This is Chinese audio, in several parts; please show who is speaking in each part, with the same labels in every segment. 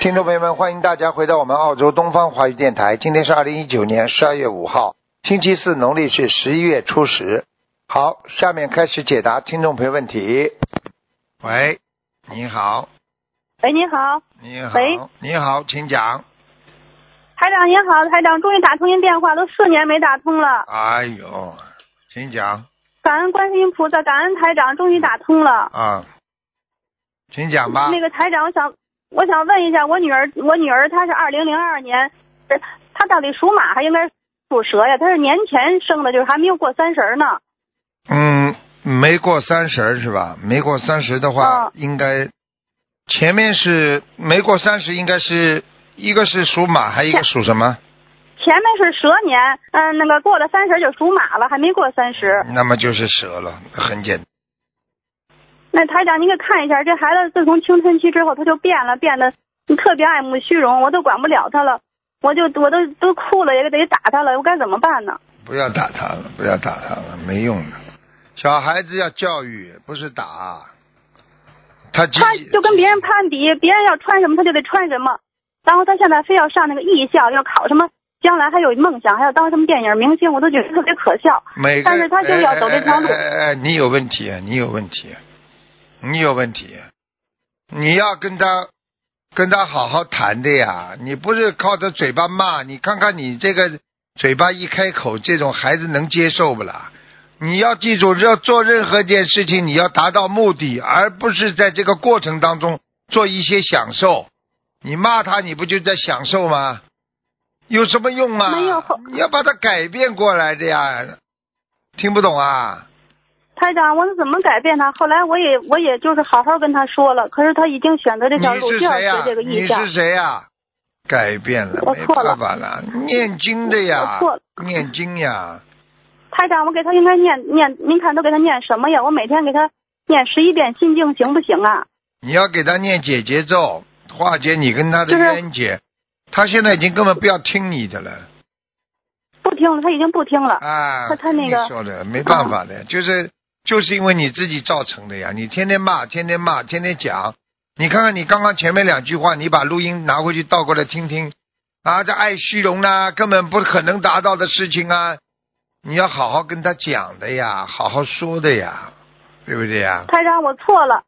Speaker 1: 听众朋友们，欢迎大家回到我们澳洲东方华语电台。今天是二零一九年十二月五号，星期四，农历是十一月初十。好，下面开始解答听众朋友问题。喂，你好，
Speaker 2: 喂，你好，
Speaker 1: 你好
Speaker 2: 喂，
Speaker 1: 你好，请讲。
Speaker 2: 台长您好，台长终于打通您电话，都四年没打通了，
Speaker 1: 哎呦，请讲
Speaker 2: 感恩观世音菩萨，感恩台长终于打通了。
Speaker 1: 啊，请讲吧
Speaker 2: 那。个台长，我想我想问一下，我女儿，我女儿她是二零零二年，呃她到底属马还应该属蛇呀？她是年前生的，就是还没有过三十儿呢。
Speaker 1: 嗯，没过三十儿是吧？没过三十的话，
Speaker 2: 嗯
Speaker 1: 应该前面是没过三十，应该是一个是属马，还有一个属什么？
Speaker 2: 前面是蛇年，嗯、那个过了三十儿就属马了，还没过三十。
Speaker 1: 那么就是蛇了，很简单。
Speaker 2: 那台长，您给看一下，这孩子自从青春期之后，他就变了，变得特别爱慕虚荣，我都管不了他了，我就我都都哭了，也得打他了，我该怎么办呢？
Speaker 1: 不要打他了，不要打他了，没用的。小孩子要教育，不是打。他积
Speaker 2: 他就跟别人攀比，别人要穿什么他就得穿什么，然后他现在非要上那个艺校，要考什么，将来还有梦想，还要当什么电影明星，我都觉得特别可笑。
Speaker 1: 每个，
Speaker 2: 但是他就要走这条路
Speaker 1: 哎哎哎哎你有问题，你有问题，你有问题，你要跟他跟他好好谈的呀。你不是靠着嘴巴骂，你看看你这个嘴巴一开口，这种孩子能接受不啦？你要记住，要做任何一件事情，你要达到目的，而不是在这个过程当中做一些享受。你骂他，你不就在享受吗？有什么用吗？
Speaker 2: 没有
Speaker 1: 你要把它改变过来的呀。听不懂啊？
Speaker 2: 台长，我怎么改变他？后来我也我也就是好好跟他说了，可是他已经选择这条
Speaker 1: 你
Speaker 2: 路，
Speaker 1: 是
Speaker 2: 就要
Speaker 1: 谁呀、啊
Speaker 2: 学这个艺
Speaker 1: 你
Speaker 2: 校。
Speaker 1: 是谁呀、改变了，
Speaker 2: 我
Speaker 1: 没
Speaker 2: 错了
Speaker 1: 办法了，念经的呀
Speaker 2: 我错了，
Speaker 1: 念经呀，
Speaker 2: 台长，我给他应该念念，您看都给他念什么呀？我每天给他念十一遍心经，行不行啊？
Speaker 1: 你要给他念解结咒，化解你跟他的
Speaker 2: 就是
Speaker 1: 冤结。他现在已经根本不要听你的了
Speaker 2: 不听了，他已经不听了。
Speaker 1: 啊！
Speaker 2: 他他那个
Speaker 1: 跟
Speaker 2: 嗯
Speaker 1: 你说的没办法的，就是就是因为你自己造成的呀，你天天骂，天天骂，天天讲。你看看你刚刚前面两句话，你把录音拿回去倒过来听听，啊，这爱虚荣啦、根本不可能达到的事情啊！你要好好跟他讲的呀，好好说的呀，对不对呀？
Speaker 2: 台长，我错了，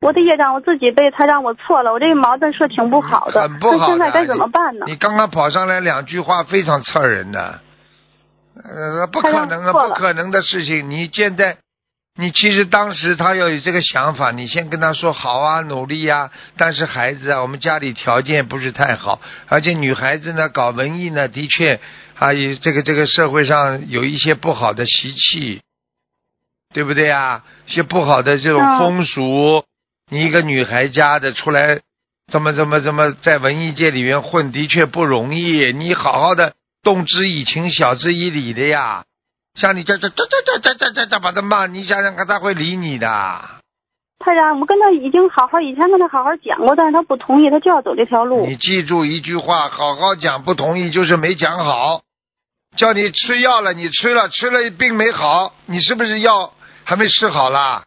Speaker 2: 我的业障我自己背。台长，我错了，我这个毛病是挺不好的，
Speaker 1: 嗯很不好的
Speaker 2: 那现在该怎么办呢？
Speaker 1: 你刚刚跑上来两句话非常刺人的，呃，不可能啊，
Speaker 2: 他让错了
Speaker 1: 不可能的事情。你现在，你其实当时他要有这个想法，你先跟他说好啊，努力呀、但是孩子啊，我们家里条件不是太好，而且女孩子呢搞文艺呢，的确啊，也这个这个社会上有一些不好的习气，对不对啊？一些不好的这种
Speaker 2: 嗯
Speaker 1: 风俗，你一个女孩家的出来怎么怎么怎么在文艺界里面混，的确不容易。你好好的动之以情，晓之以理的呀。像你这这这这这这这这把他骂，你想想看，他会理你的。
Speaker 2: 台长，我跟他已经好好，以前跟他好好讲过，但是他不同意，他就要走这条路
Speaker 1: 你。记住一句话，好好讲，不同意就是没讲好。叫你吃药了，你吃了，吃了并没好，你是不是药还没吃好啦？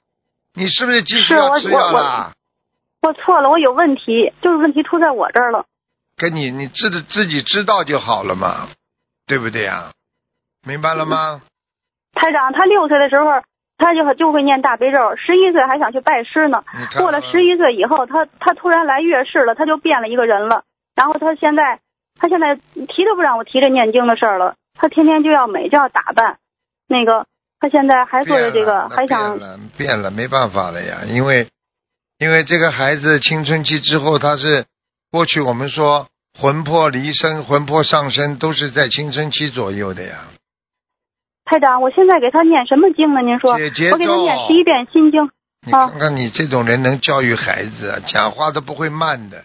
Speaker 1: 你是不是继续
Speaker 2: 是
Speaker 1: 要
Speaker 2: 我
Speaker 1: 吃药
Speaker 2: 我
Speaker 1: 啦？
Speaker 2: 我错了，我有问题，就是问题出在我这儿了。
Speaker 1: 跟你你自己自己知道就好了嘛，对不对呀、明白了吗？
Speaker 2: 台长，他六岁的时候，他就就会念大悲咒，十一岁还想去拜师呢。
Speaker 1: 你看
Speaker 2: 过了十一岁以后，他他突然来月事了，他就变了一个人了。然后他现在，他现在提都不让我提这念经的事儿了。他天天就要美，就要打扮，那个他现在还做着这个，还想
Speaker 1: 变了，变了，没办法了呀，因为因为这个孩子青春期之后，他是过去我们说魂魄离身、魂魄上身都是在青春期左右的呀。
Speaker 2: 台长，我现在给他念什么经呢？您说，
Speaker 1: 姐姐
Speaker 2: 我给他
Speaker 1: 咒
Speaker 2: 念十一遍心经。
Speaker 1: 你看看你这种人能教育孩子，啊，讲话都不会慢的，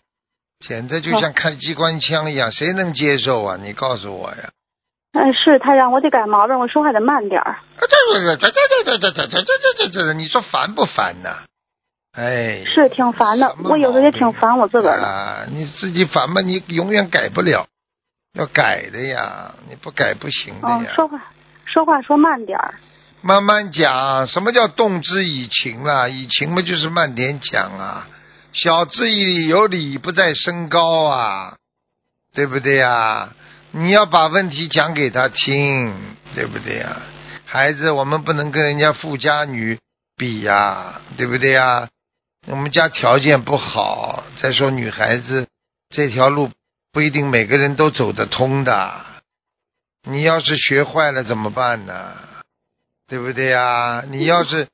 Speaker 1: 简直就像开机关枪一样，谁能接受啊？你告诉我呀。
Speaker 2: 嗯、是台长，我得改毛病，我说话得慢点儿。
Speaker 1: 啊，这这这这这这这这这这这这，你说烦不烦呐？哎，
Speaker 2: 是挺烦的
Speaker 1: 什，么
Speaker 2: 我有时候也
Speaker 1: 毛病
Speaker 2: 挺烦我自个儿的。
Speaker 1: 啊，你自己烦吧，你永远改不了，要改的呀，你不改不行的
Speaker 2: 嗯，
Speaker 1: 哎呀。
Speaker 2: 说话说话说慢点儿。
Speaker 1: 慢慢讲，什么叫动之以情啦、以情嘛就是慢点讲啊，小智以理有理，不在身高啊，对不对呀、你要把问题讲给他听，对不对呀、啊孩子，我们不能跟人家富家女比呀、对不对呀、我们家条件不好，再说女孩子这条路不一定每个人都走得通的。你要是学坏了怎么办呢？对不对呀、你要是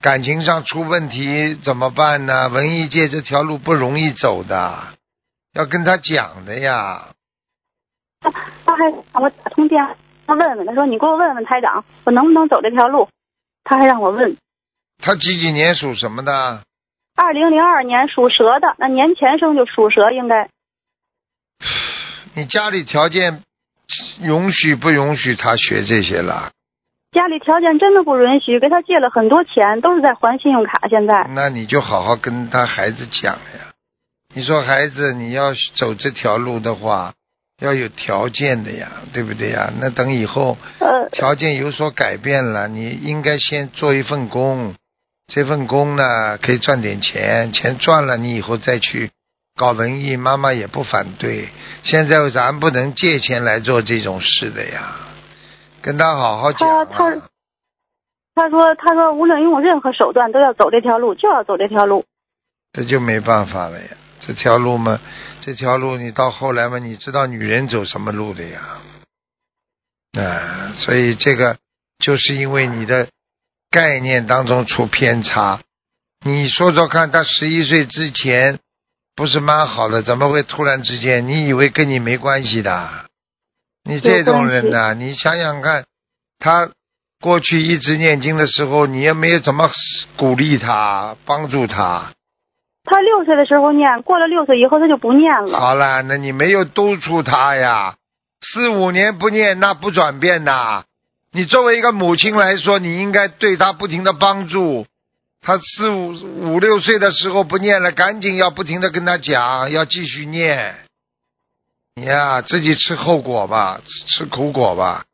Speaker 1: 感情上出问题怎么办呢？文艺界这条路不容易走的，要跟他讲的呀。
Speaker 2: 他他还让我打通电话问问，他说你给我问问台长，我能不能走这条路？他还让我问。
Speaker 1: 他几几年属什么的？
Speaker 2: 二零零二年属蛇的，那年前生就属蛇，应该
Speaker 1: 你家里条件允许不允许他学这些了？
Speaker 2: 家里条件真的不允许，给他借了很多钱，都是在还信用卡。现在
Speaker 1: 那你就好好跟他孩子讲呀。你说孩子，你要走这条路的话，要有条件的呀，对不对呀？那等以后
Speaker 2: 呃
Speaker 1: 条件有所改变了，你应该先做一份工，这份工呢可以赚点钱，钱赚了你以后再去搞文艺，妈妈也不反对。现在咱不能借钱来做这种事的呀，跟他好好讲、啊。
Speaker 2: 他他他说他说无论用任何手段都要走这条路，就要走这条路。
Speaker 1: 这就没办法了呀。这条路嘛，这条路你到后来嘛，你知道女人走什么路的呀？啊，所以这个就是因为你的概念当中出偏差。你说说看，他十一岁之前不是蛮好的，怎么会突然之间？你以为跟你没关系的？你这种人呐、你想想看，他过去一直念经的时候，你也没有怎么鼓励他、帮助他。
Speaker 2: 他六岁的时候念，过了六岁以后他就不念了。
Speaker 1: 好了，那你没有督促他呀？四五年不念，那不转变呐？你作为一个母亲来说，你应该对他不停的帮助。他四五五六岁的时候不念了，赶紧要不停的跟他讲，要继续念。你呀，自己吃后果吧，吃吃苦果吧。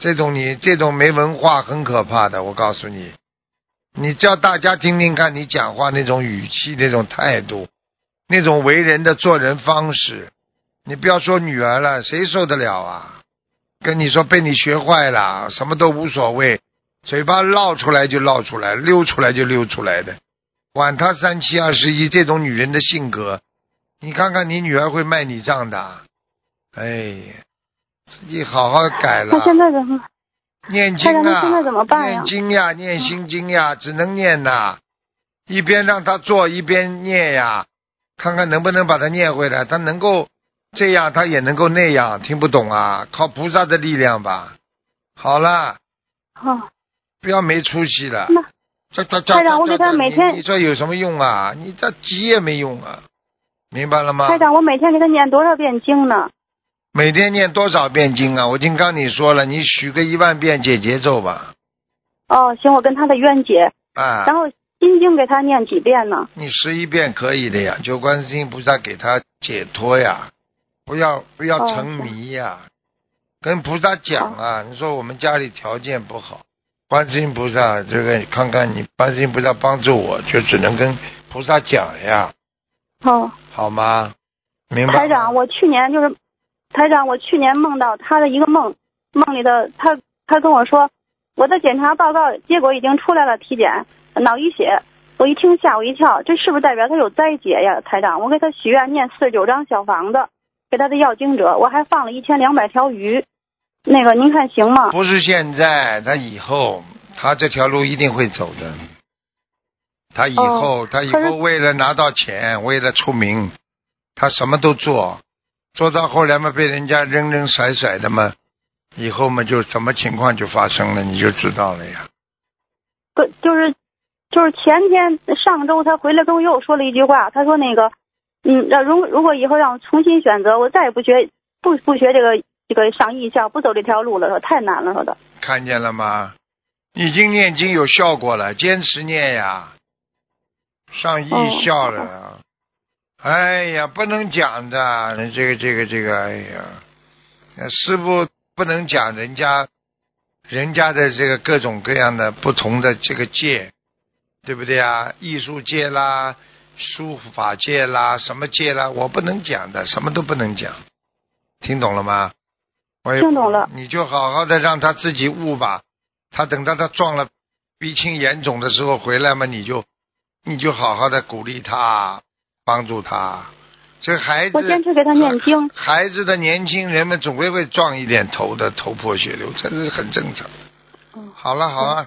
Speaker 1: 这种你这种没文化很可怕的，我告诉你。你叫大家听听看，你讲话那种语气、那种态度、那种为人的做人方式，你不要说女儿了，谁受得了啊？跟你说被你学坏了，什么都无所谓，嘴巴唠出来就唠出来，溜出来就溜出来的，管他三七二十一，这种女人的性格，你看看你女儿会卖你账的，啊哎，自己好好改了。
Speaker 2: 他现在怎么？
Speaker 1: 念经
Speaker 2: 太太那
Speaker 1: 啊，
Speaker 2: 现在怎么办呀
Speaker 1: 念经呀、念心经呀、只能念呐、一边让他做，一边念呀、看看能不能把他念回来。他能够这样，他也能够那样，听不懂啊？靠菩萨的力量吧。好了，
Speaker 2: 啊，
Speaker 1: 不要没出息了。
Speaker 2: 那
Speaker 1: 这这这
Speaker 2: 台长我
Speaker 1: 这
Speaker 2: 给他
Speaker 1: 这
Speaker 2: 每
Speaker 1: 你
Speaker 2: 天
Speaker 1: 你说有什么用啊？你这急也没用啊，明白了吗？
Speaker 2: 台长，我每天给他念多少遍经呢？
Speaker 1: 每天念多少遍经啊？我已经跟你说了，你许个一万遍解节奏吧。
Speaker 2: 哦，行，我跟他的冤结。
Speaker 1: 啊，
Speaker 2: 然后心经给他念几遍呢？
Speaker 1: 你十一遍可以的呀，求观世音菩萨给他解脱呀，不要不要
Speaker 2: 哦
Speaker 1: 沉迷呀，跟菩萨讲啊，你说我们家里条件不好，观世音菩萨这个看看你观世音菩萨帮助我，就只能跟菩萨讲呀，
Speaker 2: 哦，
Speaker 1: 好吗？明白吗？
Speaker 2: 台长，我去年就是，台长，我去年梦到他的一个梦，梦里的他他跟我说，我的检查报告结果已经出来了，体检脑溢血。我一听吓我一跳，这是不是代表他有灾劫呀？台长，我给他许愿念四十九张小房子，给他的要经者，我还放了一千两百条鱼，那个您看行吗？
Speaker 1: 不是现在，他以后他这条路一定会走的。他以后，他以
Speaker 2: 哦可是
Speaker 1: 后为了拿到钱，为了出名，他什么都做，做到后来嘛，被人家扔扔甩甩的嘛，以后嘛就什么情况就发生了，你就知道了呀。
Speaker 2: 不就是就是前天上周他回来跟我又说了一句话，他说那个，嗯，让如如果以后让我重新选择，我再也不学不不学这个这个上艺校，不走这条路了，说太难了，说的。
Speaker 1: 看见了吗？已经念经有效果了，坚持念呀，上
Speaker 2: 哦
Speaker 1: 艺校了呀。哎呀，不能讲的，这个这个这个，哎呀，呃师傅不能讲人家，人家的这个各种各样的不同的这个界，对不对啊？艺术界啦，书法界啦，什么界啦，我不能讲的，什么都不能讲，听懂了吗？我也
Speaker 2: 听懂了。
Speaker 1: 你就好好的让他自己悟吧，他等到他撞了鼻青眼肿的时候回来嘛，你就你就好好的鼓励他，帮助他。这啊孩子，
Speaker 2: 我坚持给他念经。
Speaker 1: 孩子的年轻人们总归会撞一点头的，头破血流，这是很正常。
Speaker 2: 嗯
Speaker 1: 好了，好了，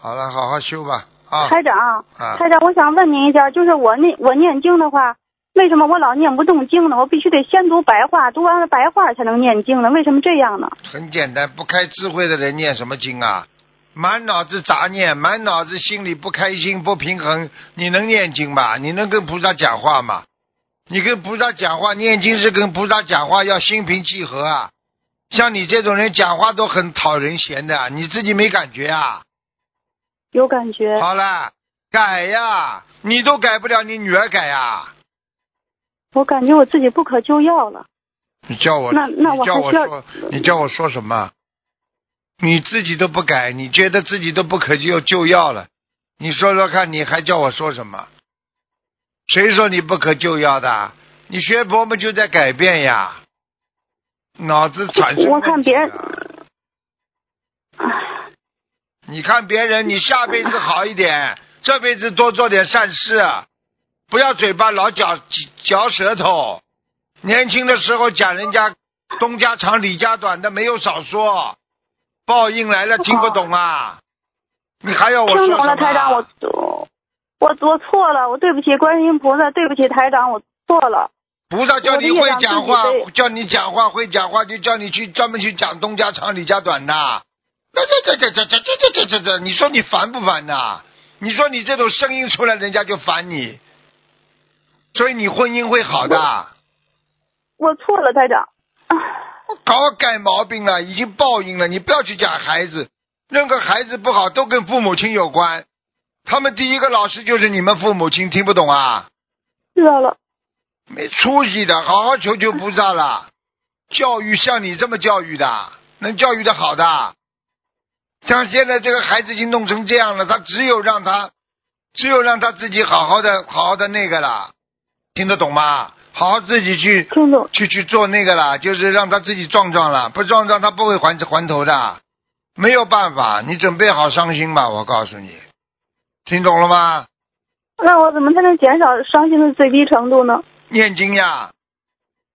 Speaker 1: 好了，好好修吧啊
Speaker 2: 台长，
Speaker 1: 啊！
Speaker 2: 台长，我想问您一下，就是我念我念经的话，为什么我老念不动经呢？我必须得先读白话，读完了白话才能念经呢？为什么这样呢？
Speaker 1: 很简单，不开智慧的人念什么经啊？满脑子杂念，满脑子心里不开心、不平衡，你能念经吗？你能跟菩萨讲话吗？你跟菩萨讲话，念经是跟菩萨讲话，要心平气和啊。像你这种人讲话都很讨人嫌的，啊你自己没感觉啊？
Speaker 2: 有感觉，
Speaker 1: 好了，改呀、你都改不了，你女儿改啊呀、
Speaker 2: 我感觉我自己不可救药了。
Speaker 1: 你叫我，
Speaker 2: 那那
Speaker 1: 你
Speaker 2: 我
Speaker 1: 叫
Speaker 2: 还
Speaker 1: 我
Speaker 2: 需要
Speaker 1: 说，你叫我说什么？你自己都不改，你觉得自己都不可救救药了，你说说看，你还叫我说什么？谁说你不可救药的？你学佛嘛就在改变呀，脑子产生
Speaker 2: 我
Speaker 1: 问
Speaker 2: 看
Speaker 1: 题啊
Speaker 2: 别人
Speaker 1: 了，
Speaker 2: 唉
Speaker 1: 你看别人，你下辈子好一点，这辈子多做点善事，不要嘴巴老嚼嚼舌头。年轻的时候讲人家东家长李家短的没有少说，报应来了听不懂啊！你还要我说什
Speaker 2: 听
Speaker 1: 么啊？
Speaker 2: 懂了，台长，我我我错了，我对不起观世音菩萨，对不起台长，我错了。
Speaker 1: 菩萨叫你会讲话
Speaker 2: 我的业障自己，背
Speaker 1: 叫你讲话会讲话，就叫你去专门去讲东家长李家短的。这这这这这这这这这这，你说你烦不烦呐、你说你这种声音出来，人家就烦你，所以你婚姻会好的。
Speaker 2: 我错了，台长。啊
Speaker 1: 搞改毛病了，已经报应了。你不要去讲孩子，任何孩子不好都跟父母亲有关。他们第一个老师就是你们父母亲，听不懂啊？
Speaker 2: 知道了，
Speaker 1: 没出息的，好好求求菩萨啦！教育像你这么教育的，能教育的好的，像现在这个孩子已经弄成这样了，他只有让他，只有让他自己好好的、好好的那个了，听得懂吗？好好自己去
Speaker 2: 听懂
Speaker 1: 去去做那个啦，就是让他自己撞撞啦，不撞撞他不会还还头的，没有办法，你准备好伤心吧，我告诉你，听懂了吗？
Speaker 2: 那我怎么才能减少伤心的最低程度呢？
Speaker 1: 念经呀，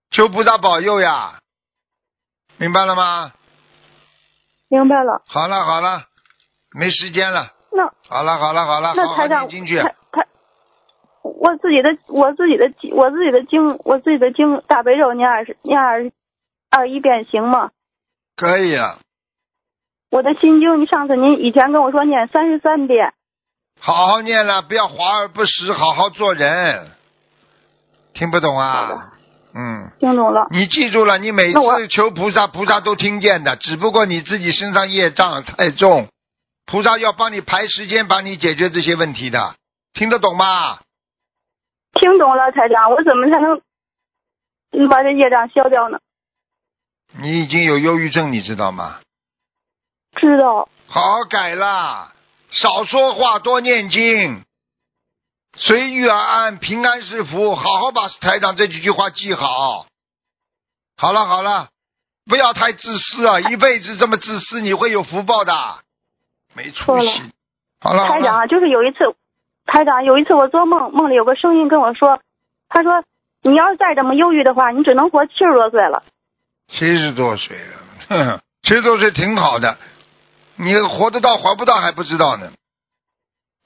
Speaker 1: 求菩萨保佑呀，明白了吗？
Speaker 2: 明白了，
Speaker 1: 好了好了，没时间了，
Speaker 2: 那
Speaker 1: 好了好了好了，啊好
Speaker 2: 那
Speaker 1: 好
Speaker 2: 台
Speaker 1: 念
Speaker 2: 长，
Speaker 1: 经去，
Speaker 2: 台台，我自己的我自己的经我自己的经我自己的经大悲咒念二十念二十二一遍行吗？
Speaker 1: 可以了，
Speaker 2: 我的心经，你上次您以前跟我说念三十三遍，
Speaker 1: 好好念了，不要华而不实，好好做人，听不懂
Speaker 2: 好
Speaker 1: 啊
Speaker 2: 的？
Speaker 1: 嗯。
Speaker 2: 听懂了。
Speaker 1: 你记住了，你每
Speaker 2: 那我
Speaker 1: 次求菩萨，菩萨都听见的，只不过你自己身上业障太重，菩萨要帮你排时间，帮你解决这些问题的，听得懂吗？
Speaker 2: 听懂了，台长，我怎么才能嗯把这业障消掉呢？
Speaker 1: 你已经有忧郁症，你知道吗？
Speaker 2: 知道，
Speaker 1: 好好改啦，少说话，多念经，随遇而安，平安是福。好好把台长这几句话记好。好了好了，不要太自私啊！一辈子这么自私，你会有福报的。没出
Speaker 2: 错了
Speaker 1: 息。好了好
Speaker 2: 台
Speaker 1: 了，
Speaker 2: 长，啊就是有一次，台长有一次我做梦，梦里有个声音跟我说，他说你要是再这么忧郁的话，你只能活七十多岁了。
Speaker 1: 七十多岁了， 呵呵七十多岁挺好的，你活得到活不到还不知道呢。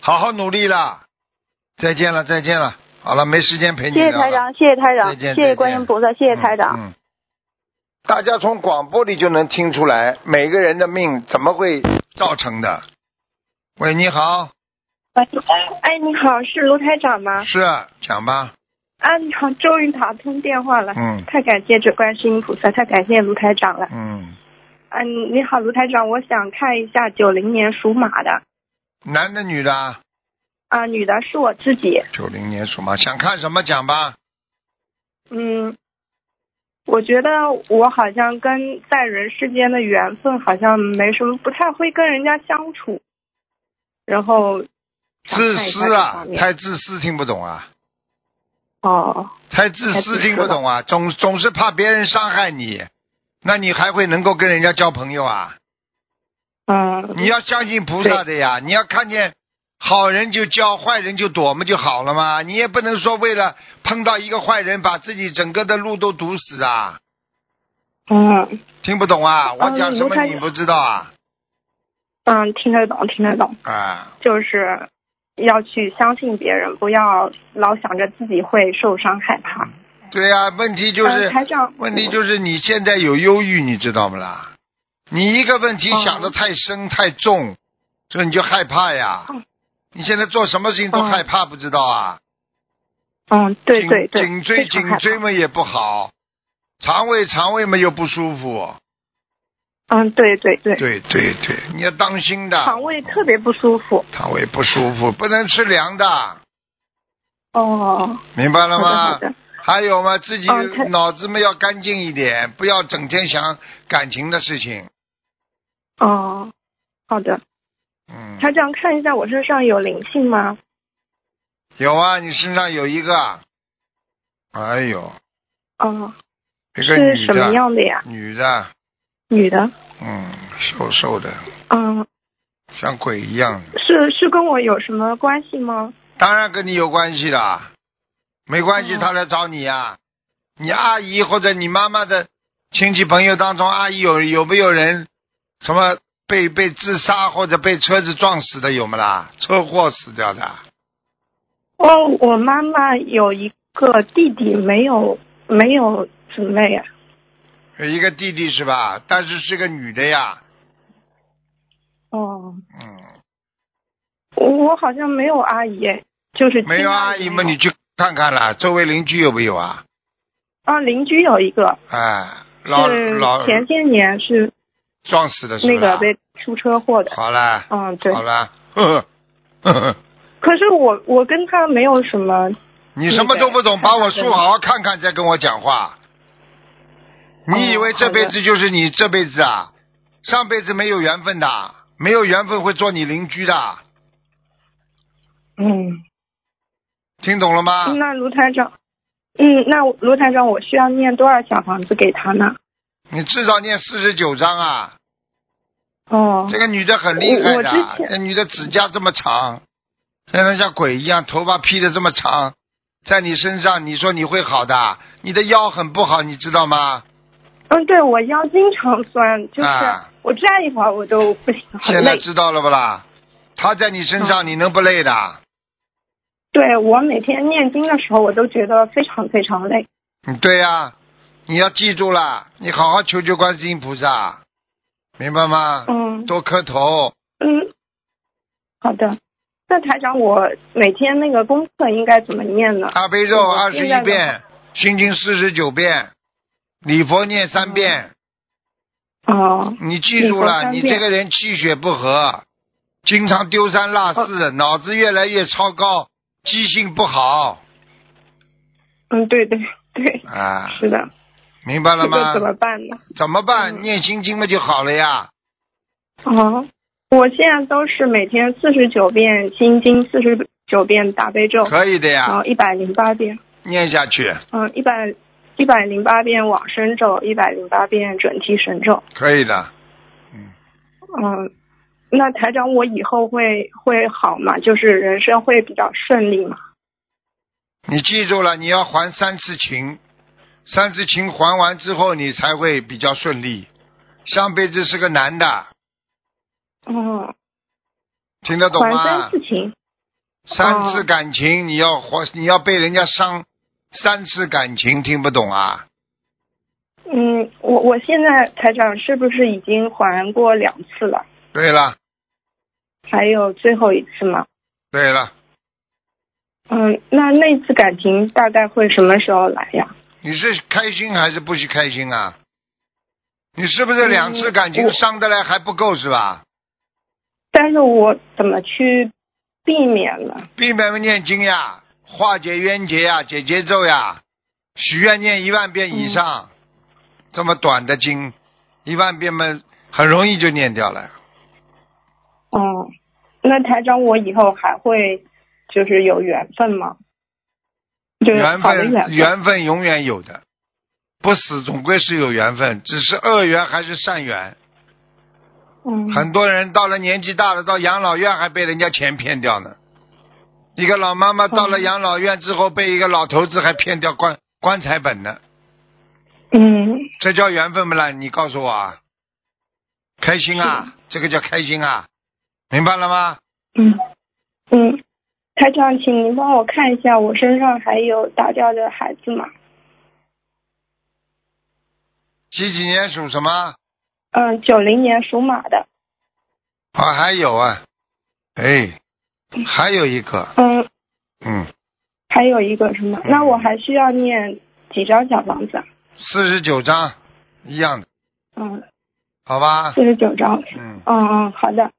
Speaker 1: 好好努力啦！再见了，再见了。好了，没时间陪你聊
Speaker 2: 谢谢
Speaker 1: 了。
Speaker 2: 台长，谢谢
Speaker 1: 再
Speaker 2: 台长，
Speaker 1: 见
Speaker 2: 谢
Speaker 1: 再见
Speaker 2: 谢观音菩萨，谢谢台长。
Speaker 1: 嗯。嗯大家从广播里就能听出来，每个人的命怎么会造成的。喂，你好，
Speaker 3: 哎，哎，你好，是卢台长
Speaker 2: 啊
Speaker 3: 吗？
Speaker 1: 是讲吧，
Speaker 3: 啊，你好，终于打通电话
Speaker 2: 啊
Speaker 3: 了，
Speaker 1: 嗯
Speaker 3: 太感谢这观世音菩萨，太感谢卢台长了。
Speaker 1: 嗯，
Speaker 3: 啊，你你好，卢台长，我想看一下九零年属马的，
Speaker 1: 男的女的啊，
Speaker 3: 啊，女的是我自己，
Speaker 1: 九零年属马，想看什么讲吧，
Speaker 3: 嗯，我觉得我好像跟在人世间的缘分好像没什么，不太会跟人家相处，然后想
Speaker 1: 自
Speaker 3: 看一下
Speaker 1: 私
Speaker 3: 这
Speaker 1: 啊
Speaker 3: 方，面
Speaker 1: 太自私，听不懂啊，
Speaker 2: 哦，
Speaker 1: 太自私，
Speaker 2: 太自私
Speaker 1: 听不懂啊，总总是怕别人伤害你，那你还会能够跟人家交朋友啊？
Speaker 2: 嗯，
Speaker 1: 你要相信菩萨的呀，你要看见好人就交，坏人就躲嘛就好了嘛。你也不能说为了碰到一个坏人，把自己整个的路都堵死啊！
Speaker 2: 嗯
Speaker 1: 听不懂啊？我讲什
Speaker 2: 卢
Speaker 1: 么
Speaker 2: 台
Speaker 1: 你不知道啊？
Speaker 2: 嗯，听得懂，听得懂，
Speaker 1: 啊，
Speaker 2: 就是要去相信别人，不要老想着自己会受伤害怕。
Speaker 1: 对呀、问题嗯就
Speaker 2: 嗯
Speaker 1: 是
Speaker 2: 台长，
Speaker 1: 问题就是你现在有忧郁，你知道不啦？你一个问题
Speaker 2: 嗯
Speaker 1: 想的太深太重，所以你就害怕呀
Speaker 2: 嗯。
Speaker 1: 你现在做什么事情都
Speaker 2: 嗯
Speaker 1: 害怕，不知道啊？
Speaker 2: 嗯，对
Speaker 1: 颈
Speaker 2: 对对，
Speaker 1: 颈椎
Speaker 2: 非常害
Speaker 1: 颈
Speaker 2: 怕
Speaker 1: 椎嘛也不好，肠胃肠胃嘛又不舒服，
Speaker 2: 嗯，对对对，
Speaker 1: 对对对，你要当心的。
Speaker 2: 肠胃特别不舒服。
Speaker 1: 肠胃不舒服，不能吃凉的，
Speaker 2: 哦，
Speaker 1: 明白
Speaker 2: 好
Speaker 1: 了
Speaker 2: 的好
Speaker 1: 吗？
Speaker 2: 的，
Speaker 1: 还有嘛，自己
Speaker 2: 嗯他
Speaker 1: 脑子嘛要干净一点，不要整天想感情的事情。
Speaker 2: 哦，好的。
Speaker 1: 嗯，
Speaker 2: 台长，看一下我身上有灵性吗？
Speaker 1: 有啊，你身上有一个，哎呦，
Speaker 2: 哦，
Speaker 1: 一个
Speaker 2: 是
Speaker 1: 女
Speaker 2: 什么
Speaker 1: 的，
Speaker 2: 样的呀？
Speaker 1: 女的，
Speaker 2: 女的。
Speaker 1: 嗯，瘦瘦的，
Speaker 2: 嗯，
Speaker 1: 像鬼一样的。
Speaker 2: 是是跟我有什么关系吗？
Speaker 1: 当然跟你有关系啦，没关系，
Speaker 2: 哦
Speaker 1: 他来找你呀、你阿姨或者你妈妈的亲戚朋友当中，阿姨有有没有人什么被被自杀或者被车子撞死的有没啦？车祸死掉的，
Speaker 2: 哦，我妈妈有一个弟弟，没有没有姊妹啊。
Speaker 1: 有一个弟弟是吧？但是是个女的呀，
Speaker 2: 哦，
Speaker 1: 嗯，
Speaker 2: 我我好像没有阿姨，就是
Speaker 1: 没
Speaker 2: 亲
Speaker 1: 有啊阿
Speaker 2: 姨
Speaker 1: 姨嘛，你去看看啦，周围邻居有没有啊？
Speaker 2: 啊，邻居有一个，
Speaker 1: 哎，老
Speaker 2: 是
Speaker 1: 老
Speaker 2: 前些年是
Speaker 1: 撞死的是
Speaker 2: 那
Speaker 1: 不
Speaker 2: 个
Speaker 1: 啦？
Speaker 2: 被出车祸的。
Speaker 1: 好啦，
Speaker 2: 嗯，对
Speaker 1: 好。啦，呵呵呵呵。
Speaker 2: 可是我我跟他没有什么，
Speaker 1: 你什么都不懂，
Speaker 2: 那
Speaker 1: 把
Speaker 2: 个
Speaker 1: 我书好好看看，再跟我讲
Speaker 2: 哦
Speaker 1: 话。你以为这辈子就是你这辈子啊？上辈子没有缘分的，没有缘分会做你邻居的，
Speaker 2: 嗯。
Speaker 1: 听懂了吗？
Speaker 2: 那卢台长，嗯，那卢台长，我需要念多少小房子给他呢？
Speaker 1: 你至少念四十九章啊！
Speaker 2: 哦，
Speaker 1: 这个女的很厉害
Speaker 2: 我我之
Speaker 1: 的
Speaker 2: 前，
Speaker 1: 这女的指甲这么长，像那像鬼一样，头发披的这么长，在你身上，你说你会好的？你的腰很不好，你知道吗？
Speaker 2: 嗯，对我腰经常酸，就是
Speaker 1: 啊
Speaker 2: 我站一会儿我都不行，很
Speaker 1: 现在
Speaker 2: 累。嗯
Speaker 1: 知道了不啦？她在你身上，你能不累的？
Speaker 2: 对我每天念经的时候，我都觉得非常非常累。
Speaker 1: 嗯，对呀、你要记住了，你好好求求观世音菩萨，明白吗？
Speaker 2: 嗯
Speaker 1: 多磕头，
Speaker 2: 嗯，好的。那台长，我每天那个功课应该怎么念呢？
Speaker 1: 大悲咒
Speaker 2: 我
Speaker 1: 二十
Speaker 2: 现在
Speaker 1: 一
Speaker 2: 的
Speaker 1: 遍，心经四十九遍，礼佛念三遍。
Speaker 2: 哦，
Speaker 1: 你记住
Speaker 2: 礼佛
Speaker 1: 了，
Speaker 2: 三
Speaker 1: 你这
Speaker 2: 遍
Speaker 1: 个人气血不和，经常丢三落四，
Speaker 2: 哦
Speaker 1: 脑子越来越超高，记性不好
Speaker 2: 嗯，对对对，
Speaker 1: 啊，
Speaker 2: 是的，
Speaker 1: 明白了
Speaker 2: 这
Speaker 1: 吗
Speaker 2: 个？怎么办呢？
Speaker 1: 怎么办？
Speaker 2: 嗯
Speaker 1: 念心经嘛就好了呀。
Speaker 2: 哦，我现在都是每天四十九遍心经，四十九遍大悲咒，
Speaker 1: 可以的
Speaker 2: 然
Speaker 1: 呀
Speaker 2: 后，一百零八遍，
Speaker 1: 念下去
Speaker 2: 嗯，一百一百零八遍往生咒，一百零八遍准提神咒。
Speaker 1: 可以的。
Speaker 2: 嗯，那台长，我以后会会好吗？就是人生会比较顺利吗？
Speaker 1: 你记住了，你要还三次情，三次情还完之后，你才会比较顺利。上辈子是个男的，
Speaker 2: 嗯，
Speaker 1: 听得懂啊
Speaker 2: 还
Speaker 1: 吗
Speaker 2: 三？次情。
Speaker 1: 三次感情，你要还，你要被人家伤三次感情，听不懂啊？
Speaker 2: 嗯，我我现在台长是不是已经还过两次了？
Speaker 1: 对了，
Speaker 2: 还有最后一次吗？
Speaker 1: 对了，
Speaker 2: 嗯，那那次感情大概会什么时候来呀？
Speaker 1: 你是开心还是不许开心啊？你是不是两次感情
Speaker 2: 嗯我
Speaker 1: 伤的来还不够是吧？
Speaker 2: 但是我怎么去避免呢？
Speaker 1: 避免念经呀，化解冤结呀，解结咒呀，许愿念一万遍以
Speaker 2: 嗯
Speaker 1: 上，这么短的经，一万遍嘛，很容易就念掉了。
Speaker 2: 嗯，那台长，我以后还会就是有缘分吗？就是
Speaker 1: 缘
Speaker 2: 好的
Speaker 1: 分
Speaker 2: 缘分。
Speaker 1: 缘分永远有的，不死总归是有缘分，只是恶缘还是善缘。
Speaker 2: 嗯，
Speaker 1: 很多人到了年纪大了，到养老院还被人家钱骗掉呢。一个老妈妈到了
Speaker 2: 嗯
Speaker 1: 养老院之后，被一个老头子还骗掉棺棺材本呢，
Speaker 2: 嗯，
Speaker 1: 这叫缘分不啦？你告诉我啊，开心啊，这个叫开心啊，明白了吗？
Speaker 2: 嗯，嗯，台长，请您帮我看一下我身上还有打掉的孩子吗？
Speaker 1: 几几年属什么？
Speaker 2: 嗯，九零年属马的。
Speaker 1: 啊，还有啊，哎，还有一个，
Speaker 2: 嗯，
Speaker 1: 嗯，
Speaker 2: 还有一个什么？那我还需要念几张小房子啊？
Speaker 1: 四十九张，一样的，
Speaker 2: 嗯，
Speaker 1: 好吧？
Speaker 2: 四十九张。
Speaker 1: 嗯，
Speaker 2: 嗯嗯，好的，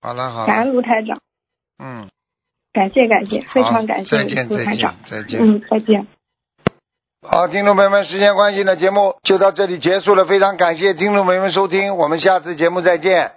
Speaker 1: 好了好
Speaker 2: 感
Speaker 1: 了，
Speaker 2: 恩卢台长，
Speaker 1: 嗯，
Speaker 2: 感谢感谢，非
Speaker 1: 好
Speaker 2: 常感谢
Speaker 1: 再见
Speaker 2: 卢
Speaker 1: 再
Speaker 2: 台
Speaker 1: 见
Speaker 2: 长。
Speaker 1: 再见。
Speaker 2: 嗯，再见。
Speaker 1: 好，听众朋友们，时间关系呢，节目就到这里结束了。非常感谢听众朋友们收听，我们下次节目再见。